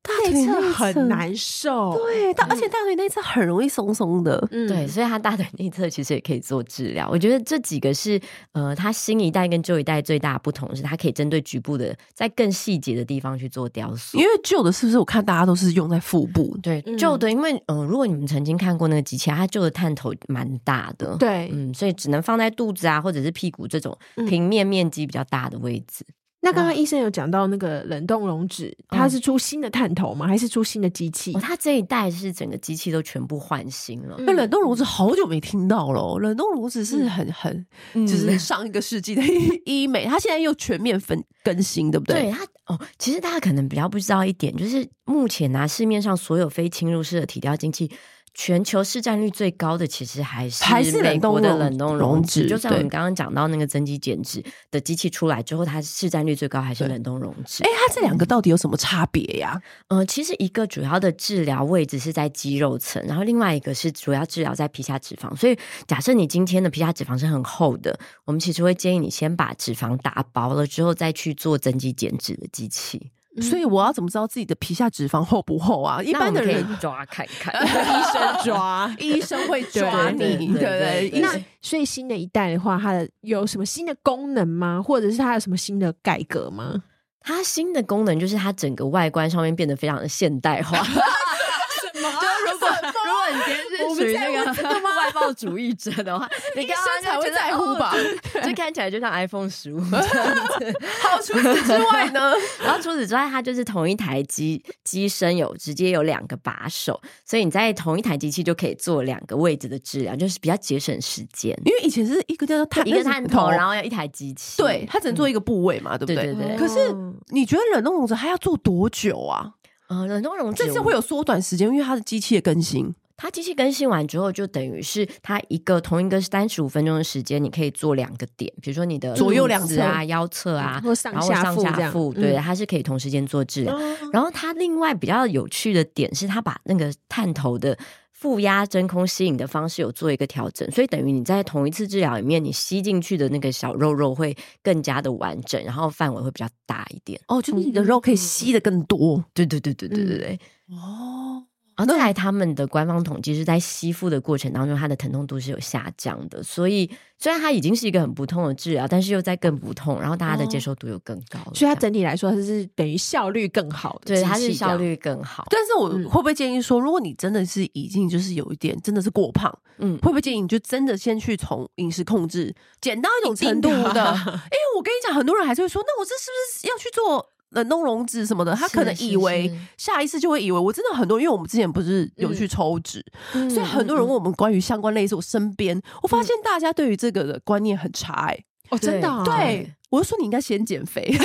S1: 大
S2: 内侧
S1: 侧
S2: 很，难受，
S1: 对，大而且大腿内侧很容易松松的。
S2: 嗯
S3: 对，所以它大腿内侧其实也可以做治疗。我觉得这几个是呃，它新一代跟旧一代最大的不同是，它可以针对局部的，在更细节的地方去做雕塑
S1: 因。为旧的是不是我看大家都是用在腹部？
S3: 对
S2: 嗯，
S3: 旧的，因为呃，如果你们曾经看过那个机器，它旧的探头蛮大的，，
S2: 对，
S3: 嗯，所以只能放在肚子啊，或者是屁股这种
S2: 嗯
S3: 平面面积比较大的位置。
S2: 那刚刚医生有讲到那个冷冻溶脂，它是出新的探头吗？还是出新的机器
S1: 嗯
S3: 哦，？它这一代是整个机器都全部换新了，
S1: 那冷冻炉子好久没听到了哦、冷冻炉子
S3: 嗯
S1: 是很很，就是上一个世纪的 医美，它现在又全面分更新，对不对？
S3: 对它哦，其实大家可能比较不知道一点，就是目前啊，市面上所有非侵入式的体雕经器，全球市占率最高的其实还是
S1: 还是
S3: 美
S1: 冷冻
S3: 国的
S1: 溶
S3: 冷冻
S1: 溶
S3: 溶脂，
S1: 脂
S3: 就像我们
S1: 对
S3: 刚刚讲到那个增肌减脂的机器出来之后，它市占率最高还是
S1: 对
S3: 冷冻溶脂
S1: 哎、。它这两个到底有什么差别呀、
S3: 呃，其实一个主要的治疗位置是在肌肉层，然后另外一个是主要治疗在皮下脂肪。所以，假设你今天的皮下脂肪是很厚的，我们其实会建议你先把脂肪打薄了之后，再去做增肌减脂的机器。
S2: 嗯
S1: 所以我要怎么知道自己的皮下脂肪厚不厚啊？一
S3: 那我
S1: 般
S3: 们
S1: 的
S3: 可以
S1: 人。
S3: 抓看看。
S2: 医生 抓
S1: 医生会抓
S3: 对对
S1: 你，对不
S3: 对
S1: 对
S3: 对？
S1: 医
S3: 嗯对
S2: 那
S1: 生
S2: 所以新的一代的话，它的有什么新的功能吗？或者是它有什么新的改革吗？
S3: 它新的功能就是它整个外观上面变得非常的现代化。就 如果如果你今 天
S1: 我
S3: 是
S1: 们
S3: 属于
S1: 在
S3: 那
S1: 乎
S3: 个 外貌主义者的 话，你刚刚
S1: 医生才会在乎吧
S3: 就觉得哦就看起来就像 iPhone 十五这样子。
S1: 好，除此之外 呢？
S3: 然后除此之外，它就是同一台机机身有直接有两个把手，所以你在同一台机器就可以做两个位置的治疗，就是比较节省时间。
S1: 因为以前是一哦个叫做探
S3: 一个探头，然
S1: 后
S3: 后要一台机器，
S1: 对，它只能做一个部位嘛，对不
S3: 对嗯对
S1: 对？
S3: 对。
S1: 可是你觉得冷冻溶脂它要做多久啊？
S3: 呃，冷冻溶脂
S1: 这次会有缩短时间，因为它的机器的更新。
S3: 它机器更新完之后，就等于是它一个同一个三十五分钟的时间，你可以做两个点，比如说你的
S1: 左右
S3: 肚
S1: 两
S3: 子
S1: 侧
S3: 啊、腰侧啊，
S2: 或上
S3: 然后
S2: 下
S3: 上
S2: 腹这
S3: 下
S2: 样
S3: 腹，
S2: 嗯
S3: 对，它是可以同时间做治疗。然后它另外比较有趣的点是，它把那个探头的负压真空吸引的方式有做一个调整，所以等于你在同一次治疗里面，你吸进去的那个小肉肉会更加的完整，然后范围会比较大一点。
S1: 嗯哦，就是你的肉可以吸的更多
S3: 对对对对对对对。
S1: 哦。
S3: 然后再来，他们的官方统计是在吸附的过程当中，它的疼痛度是有下降的。所以虽然它已经是一个很不痛的治疗，但是又在更不痛，然后大家的
S1: 哦
S3: 接受度又更高了。
S2: 所以它
S3: 这样
S2: 整体来说它是等于效率更好的机器这
S3: 对
S2: 样，
S3: 它是效率更好。
S1: 但是我
S2: 嗯
S1: 会不会建议说，如果你真的是已经就是有一点真的是过胖，
S3: 嗯，
S1: 会不会建议你就真的先去从饮食控制，减到一种程度的？因
S2: 一定
S1: 为
S2: 的
S3: 啊
S1: 我跟你讲，很多人还是会说，那我这是不是要去做冷冻溶脂什么的？他可能
S3: 是
S1: 以为
S3: 是
S1: 下一次就会以为我真的很多，因为我们之前不是有去抽脂，
S3: 嗯
S1: 所以很多人问我们关于相关类似我身边，我发现大家对于这个的观念很差、欸，
S2: 哦，真的、哦、
S3: 啊对
S1: 对，我就说你应该先减肥， 我觉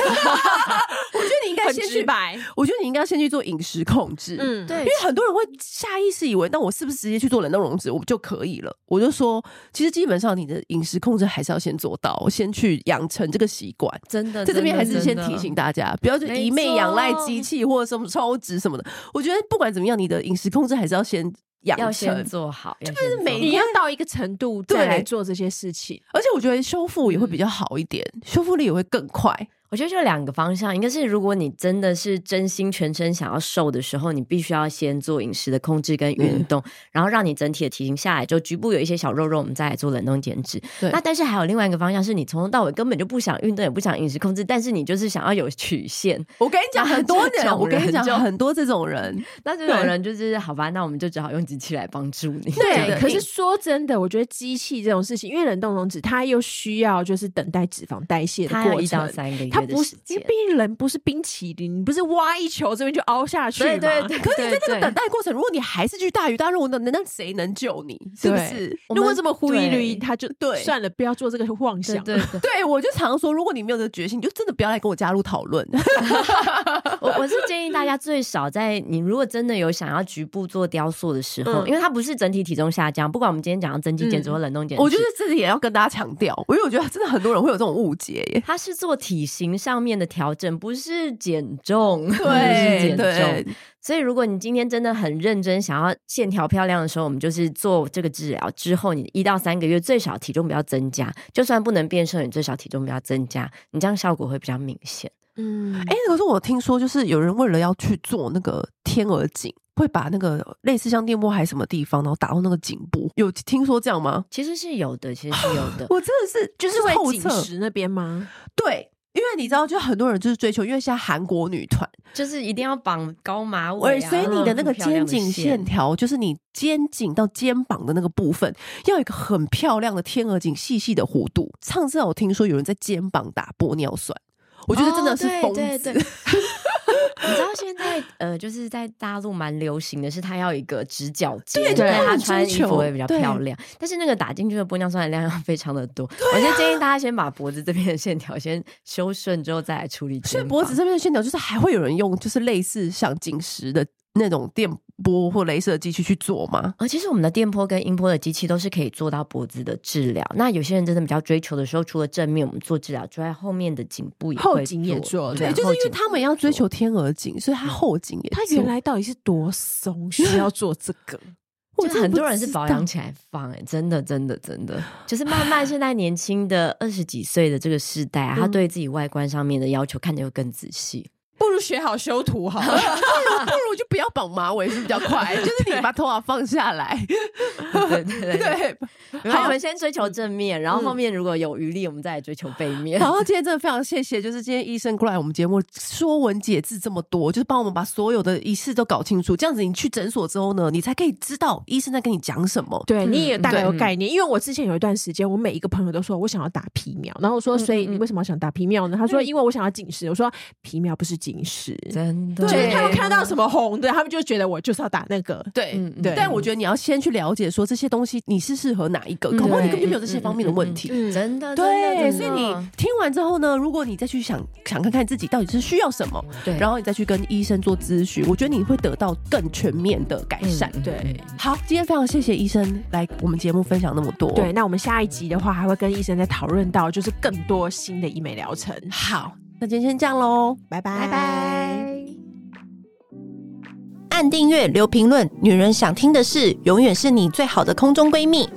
S1: 得你应该
S2: 很
S1: 先
S2: 直
S1: 去，
S2: 白，
S1: 我觉得你应该先去做饮食控制，
S2: 嗯，
S3: 对
S1: 因为很多人会下意识以为，那我是不是直接去做冷冻溶脂我就可以了？我就说，其实基本上你的饮食控制还是要先做到，先去养成这个习惯。
S3: 真的
S1: 在这边还
S3: 真的
S1: 是先
S3: 真的
S1: 提醒大家，不要就一昧仰赖机器或者什么抽脂什么的。我觉得不管怎么样，你的饮食控制还是要先养
S3: 要
S1: 成
S3: 先。做好，就
S1: 就是每
S2: 你要到一个程度再
S1: 对
S2: 来做这些事情。
S1: 而且我觉得修复也会比较好一点，修复力也会更快。
S3: 我觉得就两个方向，一个是如果你真的是真心全身想要瘦的时候，你必须要先做饮食的控制跟运动，然后让你整体的体型下来，就局部有一些小肉肉，我们再来做冷冻减脂。
S1: 对
S3: 那但是还有另外一个方向是你从头到尾根本就不想运动，也不想饮食控制，但是你就是想要有曲线，
S1: 我跟你讲，
S3: 那
S1: 很多
S3: 这
S1: 人，
S3: 种
S1: 我跟你
S3: 人
S1: 讲，
S3: 就
S1: 很多这种人，
S3: 那这种人就是好吧，那我们就只好用机器来帮助你。
S1: 对
S3: 这样
S2: 可是说真的，我觉得机器这种事情，因为冷冻溶脂，它又需要就是等待脂肪代谢的
S3: 它要
S2: 过
S3: 一到
S2: 程。
S3: 三个月
S2: 它
S3: 的
S2: 不
S3: 时
S2: 是，因
S3: 间
S2: 为。毕竟人不是冰淇淋，你不是挖一球这边就凹下去
S3: 对
S2: 嘛？
S3: 对对，
S1: 可是你在那
S3: 对
S1: 个
S3: 对
S1: 等待过程，如果你还是去大鱼大肉，那那那谁能救你？是不是？
S3: 我
S2: 如果
S3: 们
S2: 这么忽一虑，
S3: 对
S2: 他就
S1: 对
S2: 算了，不要做这个妄想。
S3: 对对对，
S1: 对，我就常说，如果你没有这个决心，你就真的不要来跟我加入讨 论。
S3: 我我是建议大家最少在你如果真的有想要局部做雕塑的时候，
S2: 嗯
S3: 因为它不是整体体重下降，不管我们今天讲到增肌减脂
S2: 嗯
S3: 或冷冻减脂，
S1: 我觉得这里也要跟大家强调，因为我觉得真的很多人会有这种误解耶。
S3: 它是做体型上面的调整，不是减重， 不
S1: 对
S3: 是减
S1: 对
S3: 重。，所以如果你今天真的很认真想要线条漂亮的时候，我们就是做这个治疗之后，你一到三个月最少体重不要增加，就算不能变瘦，你最少体重不要增加，你这样效果会比较明显。
S2: 嗯，
S1: 哎、可是我听说，就是有人为了要去做那个天鹅颈，会把那个类似像电波还是什么地方，然后打到那个颈部，有听说这样吗？。
S3: 其实是有的，其实是有的
S1: 我真的是
S2: 就是
S1: 后
S2: 会紧
S1: 侧
S2: 实那边吗？
S1: 对。因为你知道，就很多人就是追求，因为现在韩国女团，
S3: 就是一定要绑高马尾、
S1: 而
S3: 啊，
S1: 所以你的那个
S3: 很漂亮
S1: 肩
S3: 的
S1: 颈线条，就是你肩颈到肩膀的那个部分，要有一个很漂亮的天鹅颈，细细的弧度。上次我听说有人在肩膀打玻尿酸，我觉得真的是
S3: 哦
S1: 疯子。
S3: 对对对你知道现在呃， 就是在大陆蛮流行的是，它要有一个直角
S1: 对
S3: 肩，
S2: 对
S3: 但
S2: 它
S3: 它
S1: 很
S3: 穿
S1: 追
S3: 衣服
S1: 求
S3: 会比较
S1: 对
S3: 漂亮。但是那个打进去的玻尿酸的量要非常的多，
S1: 啊
S3: 我就建议大家先把脖子这边的线条先修顺，之后再来处理肩
S1: 所以
S3: 膀。
S1: 脖子这边的线条，就是还会有人用，就是类似像紧实的那种电波或镭射机器去做吗？
S3: 呃，其实我们的电波跟音波的机器都是可以做到脖子的治疗。那有些人真的比较追求的时候，除了正面我们做治疗之外，后面的颈部也
S2: 后
S3: 会
S2: 颈也做
S3: 对
S1: 对，
S2: 对
S1: 就是因为他们要追。
S3: 后颈
S1: 求天鹅颈，所以
S3: 嗯
S1: 他后颈也做。
S2: 他原来到底是多松，需要做这 个？
S1: 我
S3: 就很多人是保养起来放、哎，真的，真的，真的，就是慢慢现在年轻的二十几岁的这个世代啊，他
S2: 嗯
S3: 对自己外观上面的要求看得又更仔 细。
S2: 不如学好修图好 了。
S1: 来，不如就不要绑马尾是比较 快，就是你把头发放下来。
S3: 对对对对，
S1: 对，嗯
S3: 没有我们先追求正面，然后后面如果有余力，我们再来追求背面。
S1: 然后今天真的非常谢谢，就是今天医生过来我们节目说文解字这么多，就是帮我们把所有的仪式都搞清楚。这样子你去诊所之后呢，你才可以知道医生在跟你讲什么。
S2: 对，你也大概有
S3: 嗯对
S2: 概念，因为我之前有一段时间，我每一个朋友都说我想要打皮秒，然后我
S3: 嗯
S2: 说，所以你为什么想打皮秒呢？他说因为我想要紧实，我说皮秒不是紧实，
S3: 真的，
S2: 就是他们
S1: 对
S2: 看到什么红的，他们就觉得我就是要打那个。
S1: 对
S3: 嗯嗯
S2: 对
S1: 但我觉得你要先去了解说这些东西你是适合哪一个，
S3: 嗯
S1: 搞不好你根本就
S3: 对
S1: 没有这些方面的问题。
S2: 嗯
S3: 真的，
S1: 对，
S3: 真的
S1: 所以
S3: 真的
S1: 你听完之后呢，如果你再去想想看看自己到底是需要什么，
S3: 对，
S1: 然后你再去跟医生做咨询，我觉得你会得到更全面的改善。
S3: 嗯
S2: 对
S1: 好，今天非常谢谢医生来我们节目分享那么多。
S2: 对，，那我们下一集的话，还会跟医生再讨论到就是更多新的医美疗程。
S1: 好，那今天先这样喽，
S2: 拜拜
S3: 拜拜。
S1: 按订阅留评论，女人想听的事，永远是你最好的空中闺蜜。